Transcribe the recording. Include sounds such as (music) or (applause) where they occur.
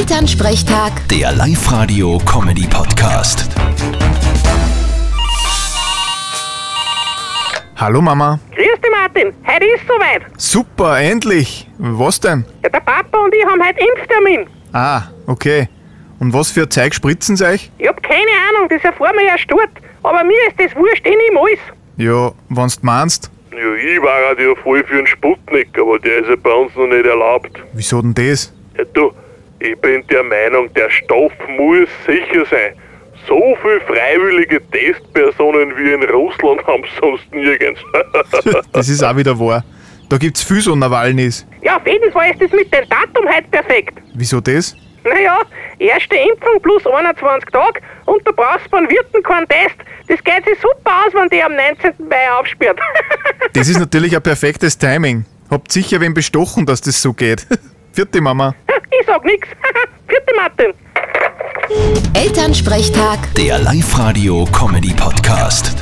Elternsprechtag, Der Live-Radio-Comedy-Podcast. Hallo Mama. Grüß dich, Martin. Heute ist soweit. Super, endlich. Was denn? Ja, der Papa und ich haben heute Impftermin. Ah, okay. Und was für ein Zeug spritzen sie euch? Ich hab keine Ahnung, das erfahren wir erst dort. Aber mir ist das wurscht, ich nehm alles. Ja, wenn's du meinst. Ja, ich war halt ja voll für einen Sputnik, aber der ist ja bei uns noch nicht erlaubt. Wieso denn das? Ja, du, ich bin der Meinung, der Stoff muss sicher sein. So viel freiwillige Testpersonen wie in Russland haben sonst nirgends. (laughs) Das ist auch wieder wahr. Da gibt's viel so Nawalnys. Ja, auf jeden Fall ist das mit dem Datum heute perfekt. Wieso das? Naja, erste Impfung plus 21 Tage und da brauchst du beim Wirten keinen Test. Das geht sich super aus, wenn der am 19. Mai aufsperrt. Das ist natürlich ein perfektes Timing. Habt sicher wen bestochen, dass das so geht. (laughs) Vierte Mama. (laughs) ich sag nix. (laughs) Vierte Martin. Elternsprechtag. Der Live-Radio-Comedy-Podcast.